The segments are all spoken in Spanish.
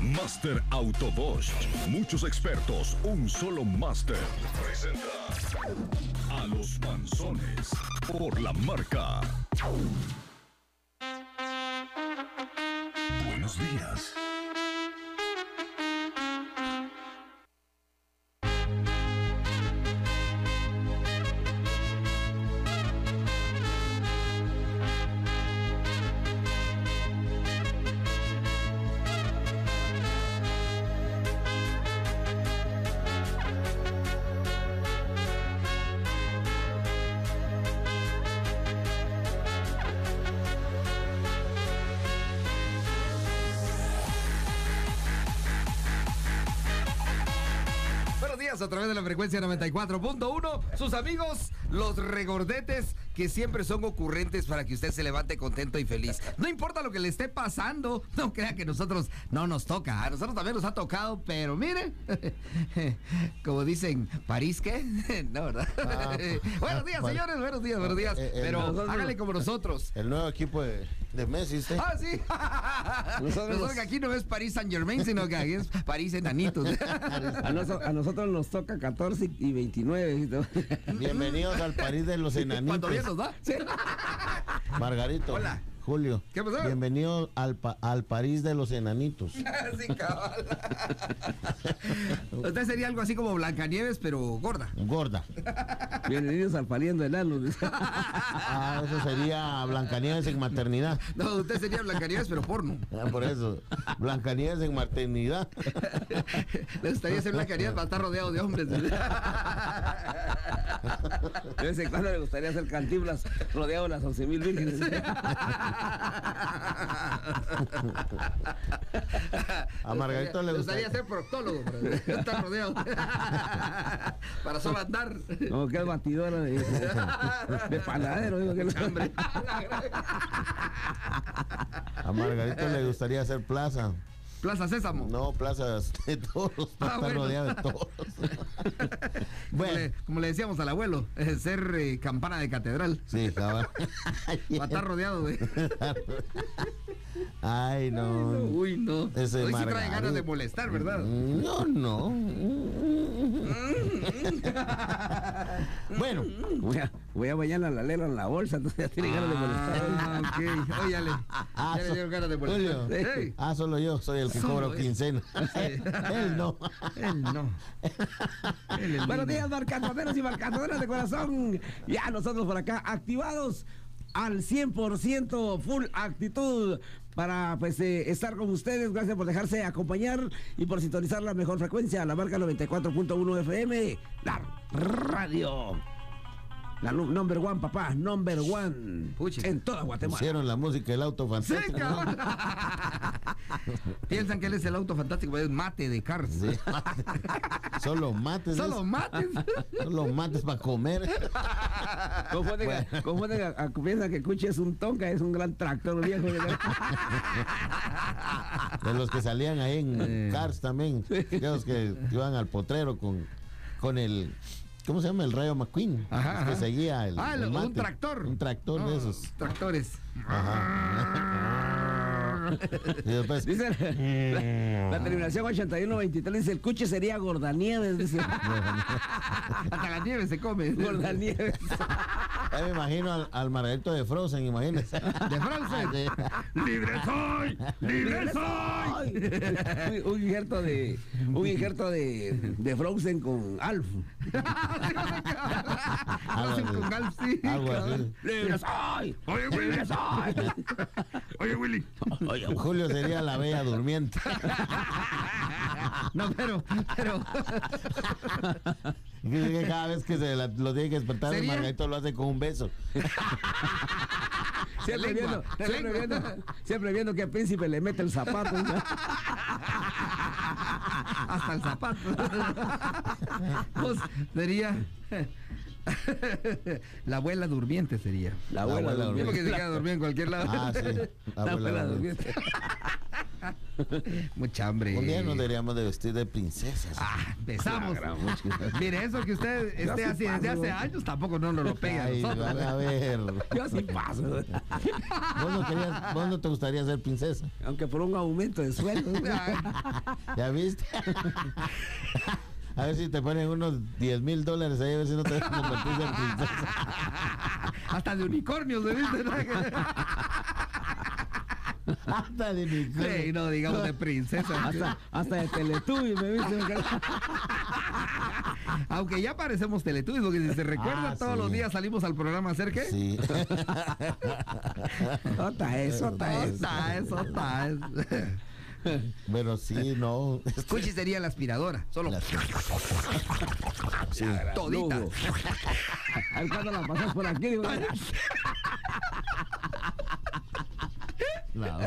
Master Auto Bosch. Muchos expertos, un solo máster. Presenta a los manzones por la marca. Buenos días. Buenos días a través de la frecuencia 94.1. Sus amigos, los regordetes, que siempre son ocurrentes para que usted se levante contento y feliz. No importa lo que le esté pasando, no crea que nosotros no nos toca. A nosotros también nos ha tocado, pero mire, como dicen, ¿París qué? No, ¿verdad? Ah, pa- buenos días, pa- señores, buenos días, buenos días. Eh, eh, Pero nosotros- hágale como nosotros. El nuevo equipo de, de Messi, ¿sí? Ah, sí. Nosotros- Nosotros que aquí no es París Saint Germain, sino que aquí es París Enanitos. A, noso- a nosotros nos toca 14 y- y 29. ¿sí? Bienvenidos al París de los Cuando Enanitos. bien nos da. Margarito. Hola. Julio. ¿Qué pasó? Bienvenidos al, pa- al París de los Enanitos. Sí, cabal. Usted sería algo así como Blancanieves, pero gorda. Gorda. Bienvenidos al pariendo enanos. ¿sí? Ah, eso sería Blancanieves en maternidad. No, usted sería Blancanieves, pero porno. Ah, Por eso. Blancanieves en maternidad. Le gustaría ser Blancanieves para estar rodeado de hombres. De vez en cuando le gustaría hacer cantiblas rodeado de las 11 mil vírgenes. A Margarito le gustaría gustaría. ser proctólogo, pero estar rodeado. Para solo andar. Como que es batidora de, de panadero. digo, que no. Hambre. A Margarito le gustaría hacer plaza. Plaza Sésamo. No, plazas de toros. Para Ah, estar bueno. rodeado de toros. Como Bueno. le- como le decíamos al abuelo, eh, ser eh, campana de catedral. Sí, cabal. Para estar rodeado de. Ay, no. Uy, no. Ese Hoy sí trae Margarito. ganas de molestar, ¿verdad? No, no. bueno, Voy a, voy a bañar la lera en la bolsa, entonces ya tiene ganas de molestar. Ah, ok. Oye, le, ah, ya le so- dieron ganas de volver. Julio. Ey, ah, solo yo soy el que Solo cobro él. quincena. Sí. Él no. Él no. Él es Buenos lindo. días, marcatoneros y marcatoneras de corazón. Ya nosotros por acá activados al 100% full actitud para pues eh, estar con ustedes. Gracias por dejarse acompañar y por sintonizar la mejor frecuencia, la marca 94.1 FM, la radio. La nu- number one, papá, number one Pucha. en toda Guatemala. Pusieron la música del auto Sí, fantástico. cabrón. Piensan que él es el auto fantástico, pero es mate de Cars. Sí. Solo mates. Solo es- mates. pues, Solo mates para comer. Confunden, a- confunden a- a- ah, piensan que Cuchi es un tonca, es un gran tractor viejo. De los que salían ahí en Cars también. De los que iban al potrero con, con el. ¿Cómo se llama? El Rayo McQueen. Ajá, que ajá. seguía el. Ah, el lo- un mate. tractor. Un tractor No, de esos. Tractores. Y después, Dice la, la terminación 81-23, dice el cuche sería Gordanieves, dice Hasta la nieve se come. Gordanieves. ahí me imagino al, al Margarito de Frozen, imagínese. Ah, De Francia. Sí. ¡Libre soy! ¡Libre Ay, soy! un, un injerto de un injerto de, de Frozen con Alf. Algo así. con Alf, sí, Algo así. cabrón. ¡Libre soy! Oye, Willy. Oye, Willy. Julio sería la bella durmiente. No, pero, pero. Dice que cada vez que se la- lo tiene que despertar, el Sería- Margarito lo hace con un beso. Siempre Lengua, viendo, siempre lengua. viendo, siempre viendo que al príncipe le mete el zapato. ¿no? Hasta el zapato. Vos sería. La abuela durmiente sería. La abuela abuela Mismo durmiente. durmiente. que se queda dormida en cualquier lado. Ah, sí. La abuela Abuela durmiente. durmiente. Mucha hambre. Un día nos deberíamos de vestir de princesas. Ah, empezamos. Mire, eso que usted esté sí así desde paso. hace años tampoco no nos lo pega a Ay, nosotros. a ver. ¿Vos Yo sí paso. no, querías- vos no te gustaría ser princesa. Aunque por un aumento de sueldo. Ah, ¿Ya viste? A ver si te ponen unos 10 mil dólares ahí, a ver si no te convertís en princesa. Hasta de unicornios, ¿se viste? Hasta de mi Sí, no digamos de princesa. Hasta, hasta de Teletubbies me viste. Aunque ya parecemos Teletubbies, porque si se recuerda, Ah, todos sí. los días salimos al programa a hacer qué. Sí. Ota es, ota es. Ota, es, ota, es. Pero sí, no. Cuchi sería la aspiradora, solo La- Sí. todita. Lugo. A ver cuándo la pasas por aquí. digo, No.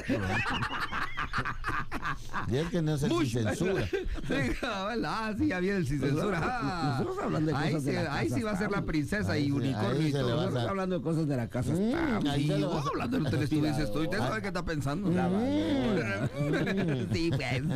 Y es que no se sin censura. Sí, cabal, ah, sí, ya viene el sin censura. Ah, Nosotros hablando de ahí cosas sí, de la ahí casa, sí va a ser la estamos. princesa Ahí y sí, unicornio ahí y se le va a todo. sacar. Estamos hablando de cosas de la casa. Mm, estamos. ahí Y se le va vos a- oh, hablando de ustedes, tú dices tú, y usted sabe qué está pensando. Mm. Sí, pues.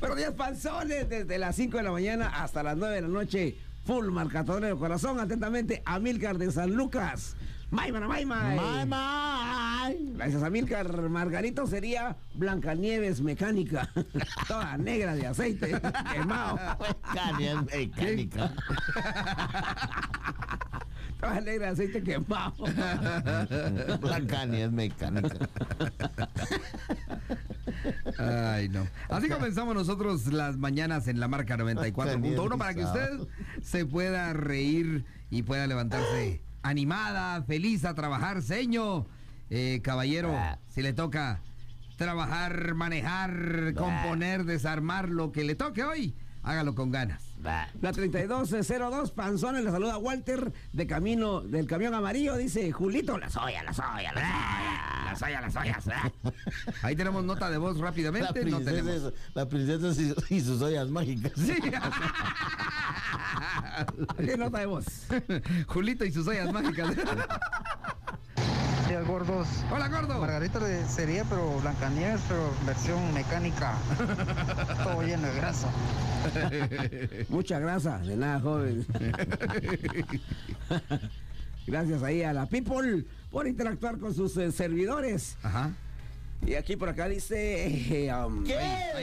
Buenos días, panzones, desde las 5 de la mañana hasta las 9 de la noche. Full marcador del corazón, atentamente, Amilcar de San Lucas. Maimana, maimai. ¡Mamá! Gracias, Amilcar. Margarito sería Blancanieves mecánica. Toda negra de aceite. Quemado. Mecánica, mecánica. Toda negra de aceite quemado. La cani es mecánica. Ay, no. Así comenzamos nosotros las mañanas en la marca 94.1 para que usted Canierizado. se pueda reír y pueda levantarse animada, feliz a trabajar, señor. Eh, caballero, si le toca trabajar, manejar, componer, desarmar lo que le toque hoy, hágalo con ganas. La 3202, panzones, le saluda Walter de camino del camión amarillo. Dice Julito, la soya, la soya, la soya. La soya, la soya. Ahí tenemos nota de voz La rápidamente. No princesa, tenemos. es- la princesa y, y sus ollas mágicas. Sí. ¿Qué nota de voz? Julito y sus ollas mágicas. Días gordos. Hola, gordo. Margarita de- sería, pero Blancanieves, pero versión mecánica. Todo lleno de grasa. Mucha grasa, de nada, joven. Gracias ahí a la People por interactuar con sus eh, servidores. Ajá. Y aquí por acá dice. eh, um, Ahí,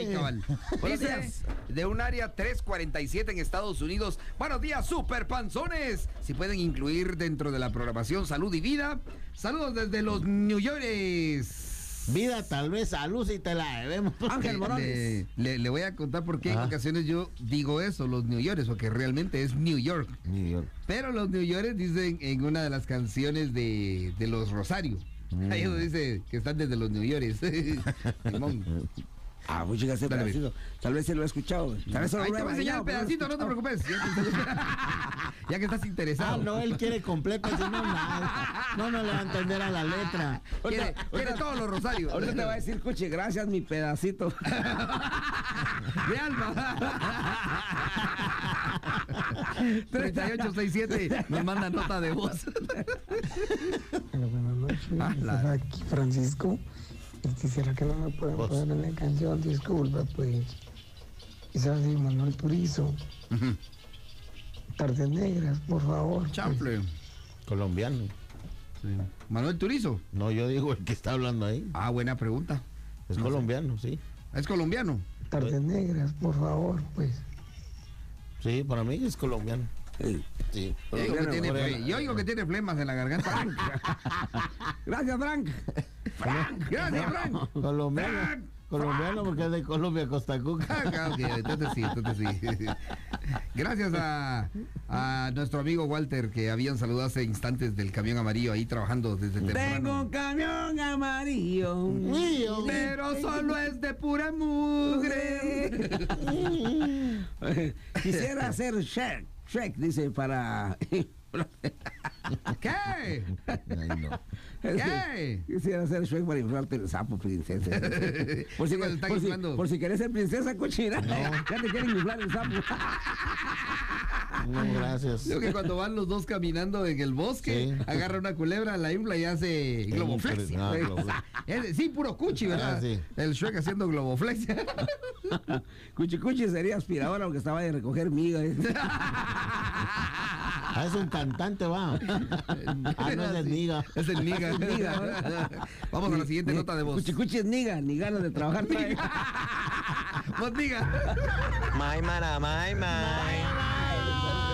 ahí, cabal. Buenos Dice- días. De un área 347 en Estados Unidos. Buenos días, super panzones. Si pueden incluir dentro de la programación Salud y Vida. Saludos desde los New Yorkers. Vida tal vez a luz y te la debemos. Ángel Morales. Le, le- le voy a contar por qué en Ajá. ocasiones yo digo eso, los New Yorkers, porque realmente es New York. New York. Pero los New Yorkers dicen en una de las canciones de, de los Rosario. Mm. Ahí donde dice que están desde los New Yorkers. Simón. Ah, muchas gracias, Dale, pedacito. Tal vez se lo he escuchado. Tal vez solo Ahí lo te he voy a enseñar bailado, el pero lo he pedacito, no te escuchado. preocupes. Ya, te- ya que estás interesado. Ah, no, él quiere completa, si no, nada. No, no le va a entender a la letra. Quiere, Ahorita- quiere ahorita- todos los rosarios. Ahorita te va a decir, coche, gracias, mi pedacito. De alma. 3867 nos manda nota de voz. Hola, buenas noches. Ah, la- Estaba aquí Francisco. Y quisiera que no me puedan Vos. poner una canción, disculpa, pues. Quizás de Manuel Turizo. Tardes negras, por favor. pues". Chample. Colombiano. Manuel Turizo. No, yo digo el que está hablando ahí. Ah, buena pregunta. Es colombiano, sí. ¿Es colombiano? Tardes negras, por favor, pues. Sí, para mí es colombiano. Sí. Yo digo que tiene, Por fle- el- yo digo que tiene flemas en la garganta. gracias, Frank. Gracias, Frank. Colombiano. Pues, Colombiano porque es de Colombia, Costa Cuca. Ah, ok, entonces sí, entonces sí. Gracias a, a nuestro amigo Walter que habían saludado hace instantes del camión amarillo ahí trabajando desde Tengo temprano. un camión amarillo. Mío. Pero solo es de pura mugre. Quisiera hacer Shrek, Shrek, dice, para película. ¿Qué? Ay, no. ¿Qué? Quisiera hacer Shrek para inflarte el sapo, princesa. Por si, Cuando está por si- inflando. por si querés ser princesa, cochina. Ya te quieren inflar el sapo. No, gracias. Digo que cuando van los dos caminando en el bosque, Sí. agarra una culebra, la infla y hace globoflexia. Ah, güey. globoflexia. Ese sí, puro cuchi, ¿verdad? Ah, sí. El Shrek haciendo globoflexia. Cuchicuchi sería aspiradora aunque estaba de recoger miga. ¿eh? Ah, es un cantante, va. Ah, no es de miga. Es el niga. Vamos a la siguiente Ni- nota de voz. Ah. Cuchicuchi es niga, ni ganas de trabajar. trae. Voz niga. May, mara, may, may.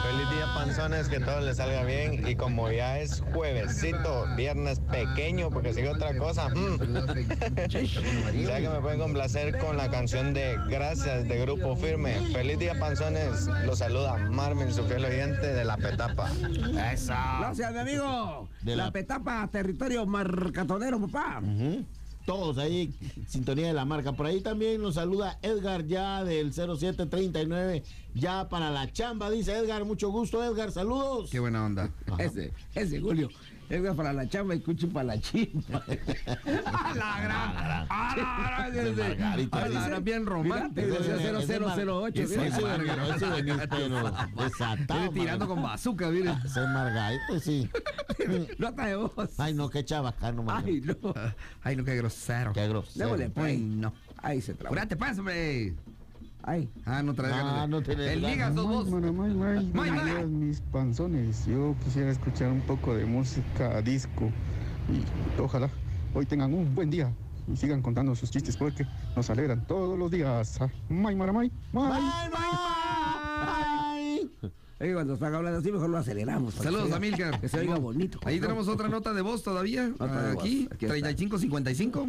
Feliz día, panzones, que todo les salga bien. Y como ya es juevesito, viernes pequeño, porque sigue otra cosa. mm. Ya que me pueden complacer con la canción de Gracias de Grupo Firme. Feliz día, panzones. Los saluda Marvin, su fiel oyente de La Petapa. Gracias, mi amigo. De la... la- petapa, territorio marcatonero, papá. Ujú. Todos ahí, sintonía de la marca. Por ahí también nos saluda Edgar ya del 0739, ya para la chamba, dice Edgar. Mucho gusto, Edgar. Saludos. Qué buena onda. Ajá. Ese, ese Julio. Edgar para la chamba y Cuchi para la chimba. Ah, A la gran. A la gran. De Margarita, A Ah, la dice. gran, bien romántico. Mira, Decía ese- cero, ese- cero, Mar- cero, ocho, ese mira. Mar- ese venís, pero desatado, Viene tirando con Margarita. bazooka, mire. Ese Margarita, sí. Nota de voz. Ay, no, qué chabacano, Ay, Margarita. no. Ay, no, qué grosero. Qué grosero. Démosle play. Ay, no. Ahí se trabó. Curate, pues, hombre. Ay. Ah, no trae Ah, ganas de- no tiene El ganas. liga sos vos. Bueno, muy, muy, Muy buenos mal. días, mis panzones. Yo quisiera escuchar un poco de música disco y ojalá hoy tengan un buen día y sigan contando sus chistes porque nos alegran todos los días. Ah, May, maramay, may. Ay, ay, ay. Es que cuando están hablando así, mejor lo aceleramos. para Saludos, que se oiga- Amílcar. Que se oiga bonito. pues, Ahí ¿no? tenemos otra nota de voz todavía. Nota de voz. aquí, Aquí está. 3555.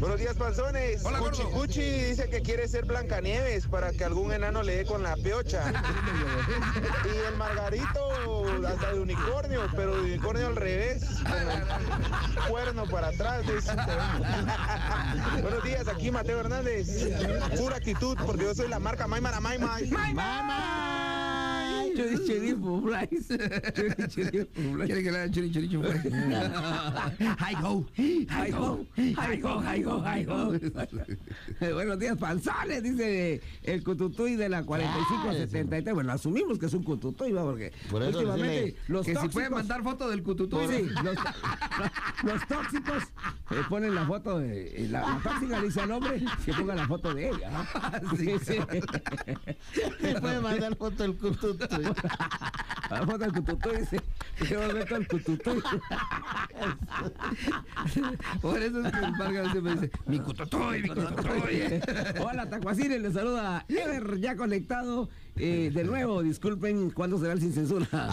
Buenos días, panzones. Hola, gordo. Cuchi Cuchi dice que quiere ser Blancanieves para que algún enano le dé con la piocha. y el Margarito, hasta de unicornio, pero de unicornio al revés. con el Cuerno para atrás, dice. Buenos días, aquí Mateo Hernández. Pura actitud, porque yo soy la marca Maimara Maimai. Ay, chori, chori, fuflais. Chori, chori, fuflais. ¿Quieren que le hagan chiri, chiri, chiri? Hi go. Hi Ay, go. go, ay, go, ay, go, ay, go. Eh, Buenos días, panzones, dice el cututuy de la 45 a Ah, 73. Bueno, asumimos que es un cututuy, va, porque Por eso últimamente decirle los Que si tóxicos... pueden mandar foto del cututú. Sí, los, los tóxicos eh, ponen la foto de... eh, La, la tóxica le dice al hombre que ponga la foto de ella, ¿no? Sí, sí. Me puede mandar foto del culto tuyo. La foto del cututuy, dice. que va a ver todo el cututuy. Por eso es que el Vargas siempre dice, mi cututuy, mi cututuy. Hola, Tacuacines, les saluda Ever, ya conectado. Eh, de nuevo, disculpen cuándo será el sin censura. Pensamos,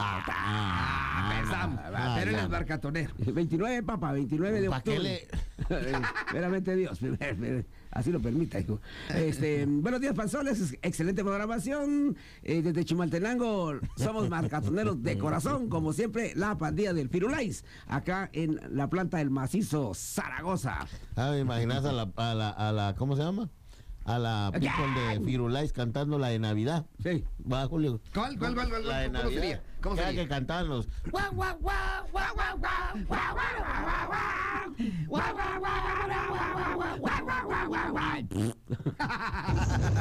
ah, Ah, pero él ya. es barcatonero. 29, Eh, papá, 29 de ¿Pa' qué octubre. Eh, Veramente Dios, eh, así lo permita, hijo. Este, buenos días, panzones, excelente programación. Eh, desde Chimaltenango somos marcatoneros de corazón, como siempre, la pandilla del Firulais, acá en la planta del macizo Zaragoza. Ah, me imaginas a la, a la, a la, ¿cómo se llama? A la people de Firulais cantando la de Navidad. Sí. Va, Julio. ¿Cuál, cuál, cuál, cuál? La de cuál? ¿Cómo Navidad. sería? ¿Cómo Que era sería? que cantaban los. "Guau, guau, guau, guau, guau, guau, guau, guau, guau, guau, guau, guau, guau, guau, guau, guau, guau, guau, guau, guau".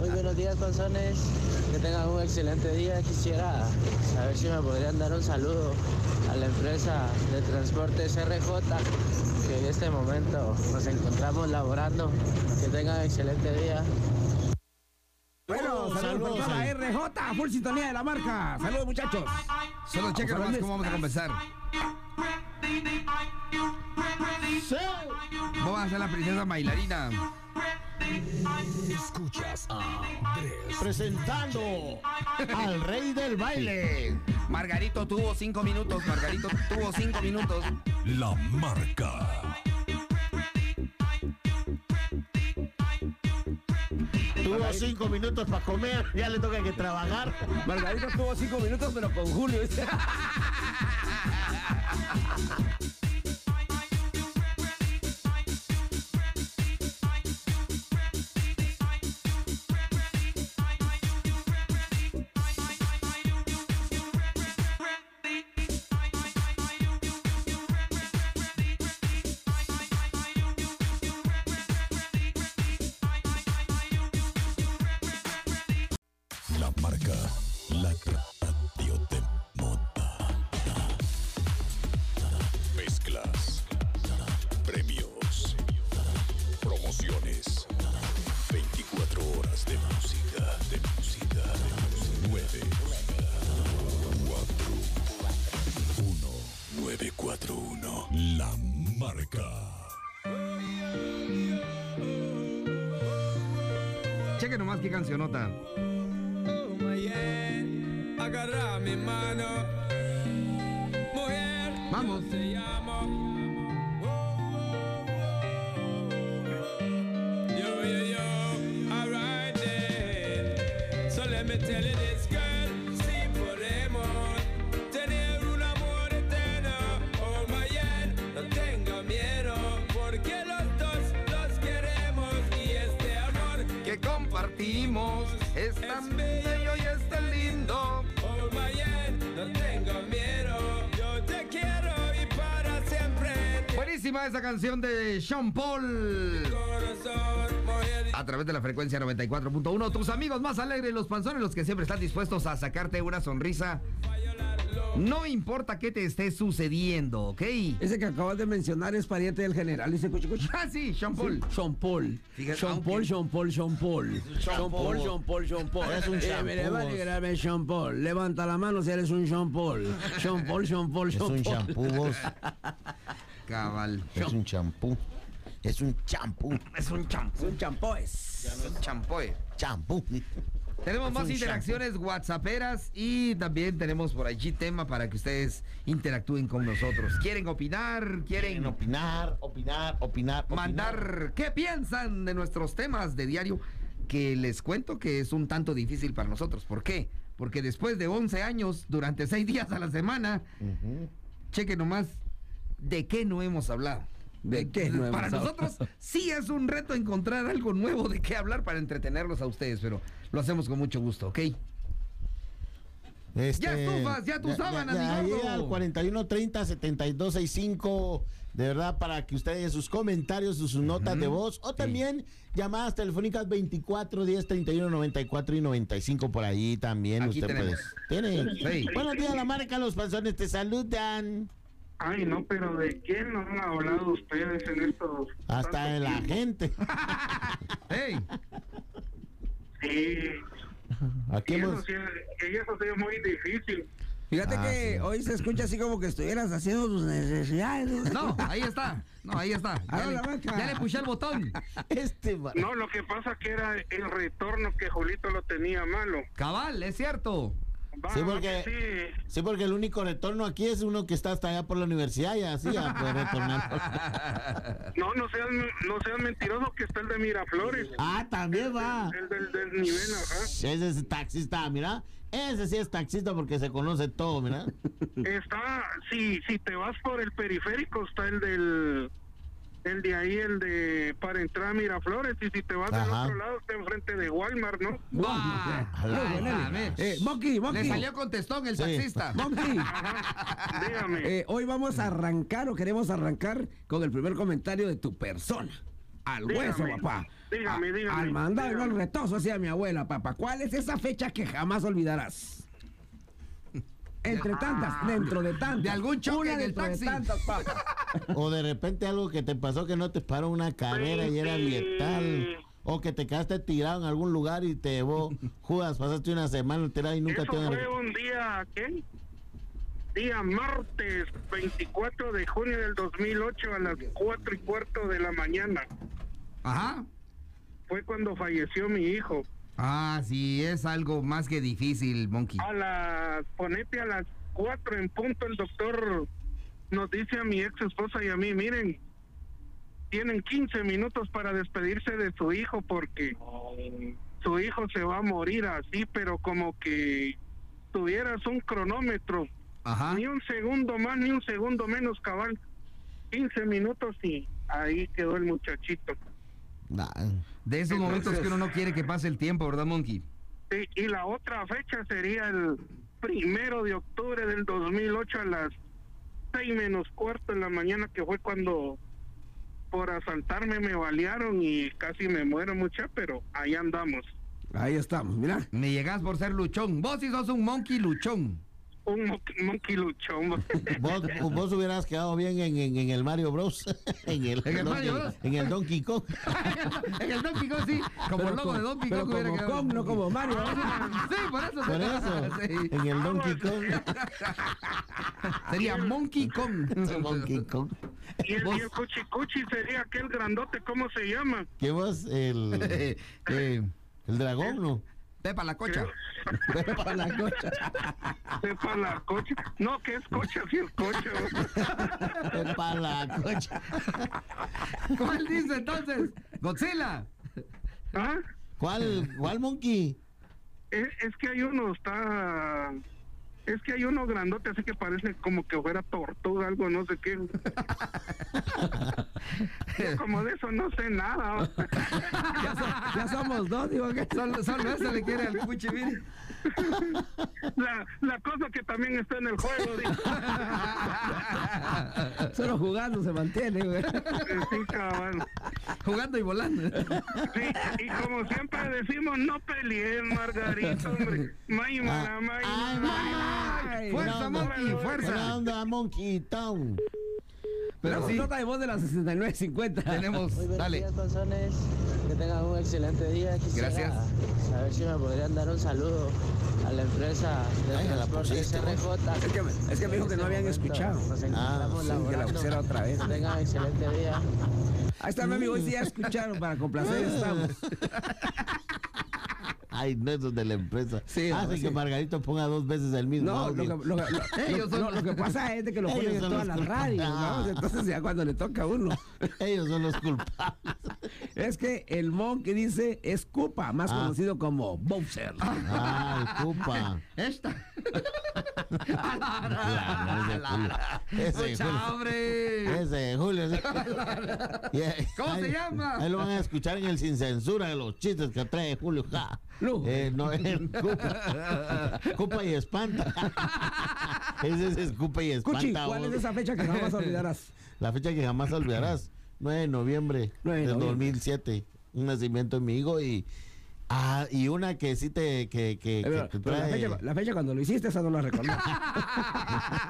Muy buenos días, panzones. Que tengan un excelente día. Quisiera saber si me podrían dar un saludo a la empresa de transportes RJ, que en este momento nos encontramos laborando. Que tengan excelente día. Bueno, Oh, saludos, Oh, saludos para ahí. RJ, full sintonía de la marca. Saludos, muchachos. Solo checa Vamos a nomás cómo vamos a comenzar. ¿Cómo va a ser la princesa bailarina? Escuchas a Andrés. Presentando al rey del baile. Margarito tuvo cinco minutos, Margarito tuvo cinco minutos. La marca. Tuvo cinco minutos para comer, ya le toca que trabajar. Margarita tuvo cinco minutos, pero con Julio. Cheque nomás qué cancionota. Agarra mi mano, mujer, Vamos. te llamo. Oh, oh, oh, oh. Yo, yo, yo, alright then. So let me tell you this, girl. Si podemos tener un amor eterno, oh my yeah, no tenga miedo, porque los dos los queremos y este amor, Que compartimos. Es tan bello y es tan lindo. oh my yeah, no tenga miedo. Yo te quiero y para siempre te Buenísima esa canción de Sean Paul. corazón, mujer. a través de la frecuencia 94.1. Tus amigos más alegres, los panzones, los que siempre están dispuestos a sacarte una sonrisa. No importa qué te esté sucediendo, ¿ok? Ese que acabas de mencionar es pariente del general, dice Cuchi Cuchi. Ah, sí, Sean Paul. Sean Paul. Fíjate, Sean aunque- Paul, Sean Paul, Sean Paul. Sean Paul, Paul. Sean Paul, Sean Paul. Eres un Eh, Sean mire, va a Paul. liberarme Sean Paul. Levanta la mano si eres un Sean Paul. Sean Paul, Sean Paul, Es Sean un Paul. champú, vos. Cabal. Es un champú. Es un champú. Es un champú. Un champoes. Es un champoy. Champú. Tenemos Es más un interacciones whatsapperas y también tenemos por allí tema para que ustedes interactúen con nosotros. ¿Quieren opinar? ¿Quieren En opinar, opinar, opinar. opinar. mandar qué piensan de nuestros temas de diario, que les cuento que es un tanto difícil para nosotros. ¿Por qué? Porque después de 11 años, durante 6 días a la semana, Ujú. cheque nomás de qué no hemos hablado. ¿De qué no hemos para hablado? nosotros sí es un reto encontrar algo nuevo de qué hablar para entretenerlos a ustedes, pero lo hacemos con mucho gusto, ¿ok? Este, Ya estufas, ya tus sábanas, ya, mi gordo. ahí al 4130-7265, de verdad, para que ustedes sus comentarios, sus notas de voz, o también llamadas telefónicas 24 10 31 94 y 95 por ahí también. Aquí usted tenemos. puede- tiene. Sí. Buenos días, la marca, los panzones te saludan. Ay, no, pero ¿de qué no han hablado ustedes en estos... Hasta de la gente. ¡Ey! Sí, Aquí y eso hemos- sí, es- y eso sí es muy difícil. Fíjate Ah, que sí. hoy se escucha así como que estuvieras haciendo tus necesidades. No, ahí está. No, ahí está. Ya Abre le, la boca. ya le puse el botón. Este va- No, lo que pasa que era el retorno que Julito lo tenía malo. Cabal, es cierto. Va, Sí, va porque- que sí. Sí, porque el único retorno aquí es uno que está hasta allá por la universidad y así ya puede retornar. No, no seas, no seas mentiroso que está el de Miraflores. ah, también va. El del, del nivel, ajá. Ese es taxista, mira. Ese sí es taxista porque se conoce todo, mira. Está, si, si te vas por el periférico, está el del... El de ahí, el de para entrar a Miraflores. Y si te vas del Ajá. otro lado, está enfrente de Walmart, ¿no? ¡Buah! a la Ay, madre. amén. Eh, Monkey, Le Monkey. salió contestón el Sí. taxista. Monkey. Ajá. Dígame. Eh, hoy vamos a arrancar o queremos arrancar con el primer comentario de tu persona. Al Dígame, hueso, papá. dígame, A- dígame, Al mandado y no al dígame. retozo, hacía mi abuela, papá. ¿Cuál es esa fecha que jamás olvidarás? Entre tantas, dentro de tantas. Ah. De algún choque Una en el dentro de taxi. tantas, papá. O de repente algo que te pasó que no te paró una carrera y era letal. O que te quedaste tirado en algún lugar y te llevó Judas, pasaste una semana tirado y nunca Eso te van a- fue un día, ¿qué? Día martes 24 de junio del 2008 a las 4 y cuarto de la mañana. Ajá. Fue cuando falleció mi hijo. Ah, sí, es algo más que difícil, Monkey. A las, ponete a las 4 en punto, el doctor nos dice a mi ex esposa y a mí, miren, tienen 15 minutos para despedirse de su hijo porque su hijo se va a morir así, pero como que tuvieras un cronómetro Ajá. Ni un segundo más, ni un segundo menos, cabal. 15 minutos y ahí quedó el muchachito. Nah. De esos momentos que uno no quiere que pase el tiempo, ¿verdad, Monkey? Sí, y la otra fecha sería el primero de octubre del 2008 a las 6 menos cuarto en la mañana, que fue cuando por asaltarme me balearon y casi me muero mucha, pero ahí andamos. Ahí estamos, mira. Me llegás por ser luchón. Vos sí sos un Monkey luchón. Un mo- monkey luchón. Vos, vos hubieras quedado bien en, en- en el Mario Bros. en, el, En el Mario Bros. en el Donkey Kong. en el Donkey Kong, sí. Como Pero el logo co- de Donkey pero Kong hubiera como quedado. Kong, no como Mario. Sí, por eso. Por eso, Sí. en el Donkey Kong. Sería Monkey Kong. Donkey Kong. y el, y el cuchicuchi sería aquel grandote, ¿cómo se llama? Que vos el... Eh, eh, El dragón, ¿no? Pepa la cocha. Pepa la cocha. Pepa la cocha. No, que es cocha, sí es cocha. Pepa la cocha. ¿Cuál dice entonces? Godzilla. ¿Ah? ¿Cuál, cuál monkey? Es, Eh, es que hay uno, está. Es que hay uno grandote, así que parece como que fuera tortuga, algo, no sé qué. Yo como de eso no sé nada. Ya, so- ya somos dos, digo que Solo, solo eso le quiere al cuchi, mire. La, la cosa que también está en el juego, digo. solo jugando se mantiene, güey. Sí, cabal. Jugando y volando. Sí, y como siempre decimos, no peleen, Margarita, hombre. May, mala, may, Ay, mala. mamá. Fuerza, Buena onda, Monkey, buena fuerza. onda, Monkey Town. Pero Pero si sí, nota de voz de la 6950. Muy tenemos. buenos Dale. días, panzones. Que tengan un excelente día. Quisiera Gracias. saber si me podrían dar un saludo a la empresa de Ay, a la transportes pusiste, vos. RJ. Es que me- es que me dijo que no habían Pues escuchado. este Nos Ah, encontramos sí, que la laborando. pusiera otra vez. Que tengan un excelente día. Ahí está, mi amigo, si ya escucharon, para complacer estamos. Ay, no, eso es de la empresa. Sí, no, Hace sí. que Margarito ponga dos veces el mismo No, lo audio. que, lo, que- lo- Ellos son- no, lo que pasa es de que lo Ellos ponen en son todas los Ah. las radios, culpables. ¿no? Entonces ya cuando le toca a uno. Ellos son los culpables. Es que el mon que dice es Cupa, más Ah. conocido como Bowser. Ay, culpa. Esta. Ese Mucha Julio. hambre. Ese Julio. sí. Yeah. ¿Cómo se Ahí- llama? Ahí lo van a escuchar en el Sin Censura de los chistes que trae Julio. Ja. Lu. Eh, no, es Cupa. Cupa y Espanta. Ese es, Cupa y Espanta. Cuchi, ¿cuál vos. es esa fecha que jamás olvidarás? La fecha que jamás olvidarás, 9 de noviembre 9 de del noviembre. 2007, un nacimiento de mi hijo y, ah, y una que sí te que, que, que Pero- te pero la, trae- fecha, la fecha cuando lo hiciste, esa no la recordaba.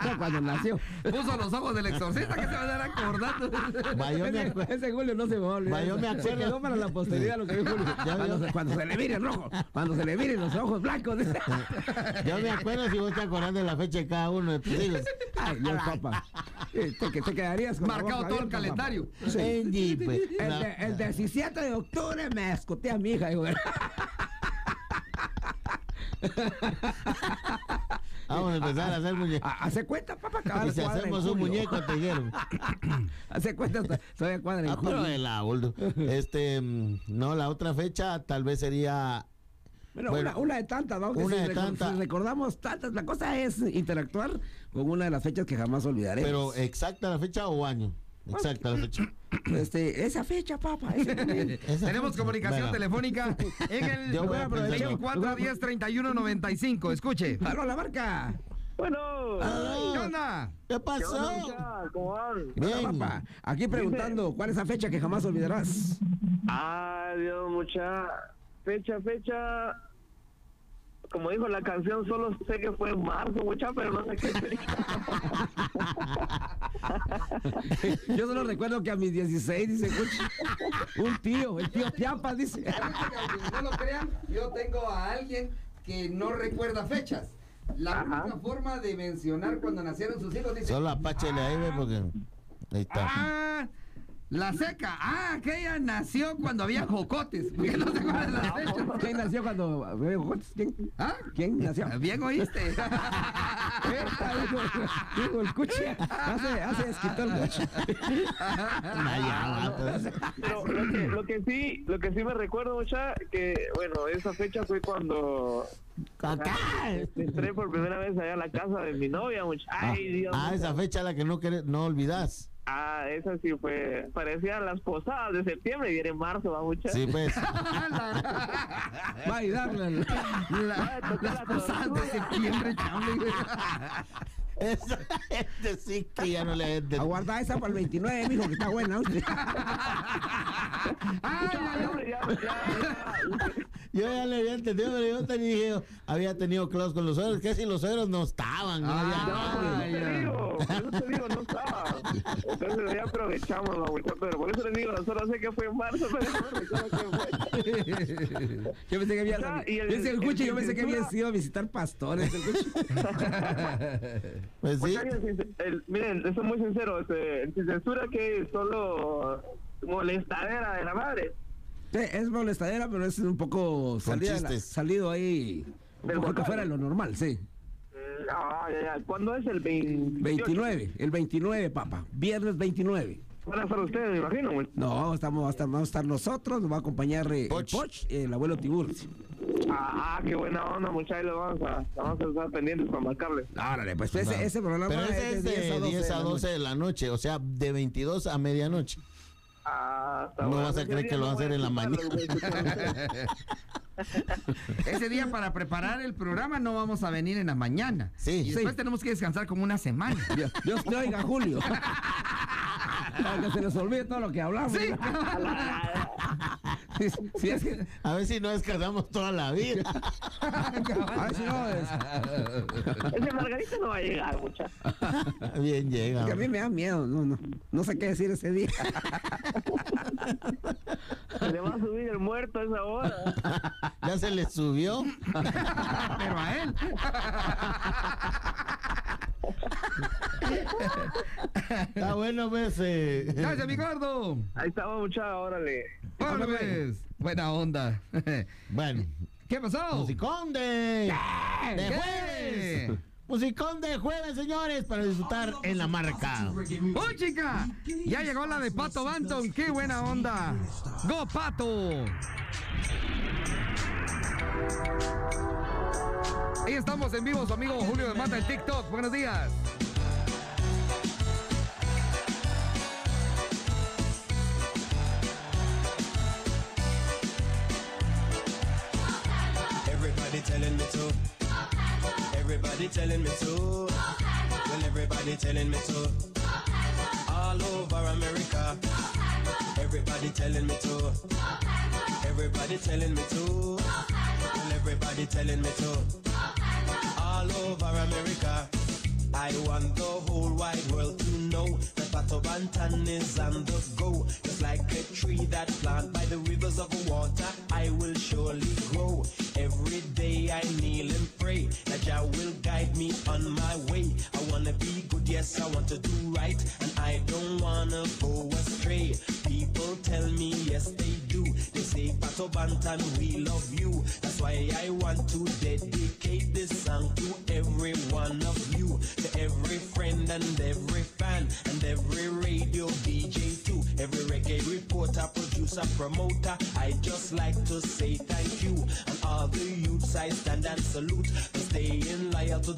No, cuando nació. Puso los ojos del exorcista que se van a estar acordando. Va, Pues yo me Ese, acuerdo. ese Julio no se me va a olvidar. Va, yo me Se acuerdo. quedó para la posteridad lo que dijo Julio. Ya Cuando, vio. se- cuando se le miren rojo, cuando se le miren los ojos blancos. dice. Yo me acuerdo si vos te acordás de la fecha de cada uno de tus hijos. Ay, Dios, papá. Eh, Te, que te quedarías con la Marcado boca todo el abierta, calendario. papá. Sí. Angie, pues, El, la- de- el 17 de octubre me escuté a mi hija. digo. vamos a empezar Ah, a hacer muñecos. A- Hace cuenta, papá, cabal, Y si cuadra ah, en hacemos un julio. muñeco, te dijeron. Hace cuenta, hasta- todavía cuadra en Ah, pero julio. el abuelo. Este, mm, no, la otra fecha tal vez sería Bueno, Bueno, una, una de tantas, ¿no? Que una si de recor- tantas. si recordamos tantas. La cosa es interactuar con una de las fechas que jamás olvidaré. Pero exacta la fecha o año. Exacta la fecha. este, esa fecha, papá. ese momento. Esa Tenemos fecha. comunicación Venga. telefónica en el Yo voy a aprovechar. 2410-3195. Escuche. Aló, la marca. Bueno, Aló, ¿Qué onda? ¿Qué pasó? ah, ¿cómo van? Hola, Bien. papá. Aquí preguntando, ¿cuál es la fecha que jamás olvidarás? Ah, Dios, mucha fecha, fecha. Como dijo la canción, solo sé que fue en marzo, mucha, pero no sé qué fecha. Yo solo recuerdo que a mis 16, dice, "Uch, un tío, el tío Piampas, dice. Aunque no lo crean, yo tengo a alguien que no recuerda fechas. La única forma de mencionar cuando nacieron sus hijos dice. Solo apáchale ahí, ve, porque. Ahí está. Ah, la seca. Ah, aquella nació cuando había jocotes. Porque no se acuerdan Ah, las fechas. ¿Quién nació cuando.? eh, ¿Quién, ¿Ah? ¿Quién nació? Bien oíste. Esta, dijo, dijo el cuchi. Hace, hace desquitó el cuchi. Ah, Naya, vato. Pero lo que, lo que sí, lo que sí me recuerdo, mucha, que bueno, esa fecha fue cuando este, entré por primera vez allá a la casa de mi novia, mucha. Ay, Dios. Ah, mucha. esa fecha la que no querés, no olvidás. Ah, esa sí fue. Parecían las posadas de septiembre y era en marzo, va mucha. Sí, pues. Va a ayudarle. al- La- las posadas de septiembre, chable. Esa gente sí que ya no le vende. Aguarda esa para el 29, mijo, que está buena. hombre. Ay, ay, ay. Ya, ya, ya. Yo ya le había entendido, pero yo te dije, yo había tenido claus con los suegros, que si los suegros no estaban. no Ah, había- Ay, Te ay. digo, por eso te digo, no estaba. Entonces ya aprovechamos, la vuelta, pero por eso les digo, solo sé que fue en marzo, pero no me recuerdo qué fue. Yo pensé que había. Ah, y el- Dice el cuchi, el- yo pensé que el- había sido a visitar pastores. El cuchi. Pues sí. Muchachos, sin- el- miren, eso es muy sincero, este, sin censura que solo molestadera de la madre. Sí, es molestadera, pero es un poco salida de la- chistes. salido ahí. Un Del poquito guacal. fuera de lo normal, sí. Ah, ya, ya. ¿Cuándo es el 28? 29, el 29, papá. Viernes 29. Van a estar ustedes, me imagino, güey. No, estamos, vamos a estar, vamos a estar nosotros, nos va a acompañar eh, el Poch. Poch, eh, el abuelo Tiburcio. Ah, qué buena onda, muchachos. Los Vamos a, vamos a estar pendientes para marcarle. Árale, pues ese, ese programa Pero ese es de 10 a de la 12 de la noche, o sea, de 22 a medianoche. Ah, está No bueno. vas a Ese creer día que lo no va a voy hacer en la escucharlos, mañana. voy a escucharlos. Ese día para preparar el programa no vamos a venir en la mañana. Sí. Y después Sí. tenemos que descansar como una semana. noche. Dios te oiga, Julio. Para que se les olvide todo lo que hablamos. Sí. Sí, sí, es que- A ver si no descansamos toda la vida. a ver si no, es- Ese Margarita no va a llegar, muchachos. Bien llega. que a mí hombre. me da miedo. No, no, no sé qué decir ese día. Se le va a subir el muerto a esa hora. Ya se le subió. Pero a él. Está bueno, pues. eh. Gracias, mi gordo. Ahí estamos, muchachos, órale. Órale, pues. Buena onda. Bueno, ¿Qué pasó? musicón de, de ¿Qué? jueves. Musicón de jueves, señores, para disfrutar en la marca. ¡Oh, chica! Ya llegó la de Pato Banton. ¡Qué buena onda! ¡Go, Pato! Ahí estamos en vivo, su amigo Julio de Mata en TikTok. Buenos días. Everybody telling me to. Everybody telling me to. Well, everybody telling me to. All over America. Everybody telling me to. Everybody telling me to. Well, everybody telling me to. All over America. I want the whole wide world to know that Pato Bantan is on the go. Just like a tree that planted by the rivers of water, I will surely grow. Every day I kneel and pray that Jah will guide me on my way. I wanna be good, yes, I want to do right, and I don't wanna go astray. People tell me, yes, they do. They say, Pato Bantan, we love you. That's why I want to dedicate this song to every one of you, to every friend and every fan, and every radio DJ too, every reggae reporter, producer, promoter. I just like to say thank you, and all the youths I stand and salute, for staying loyal to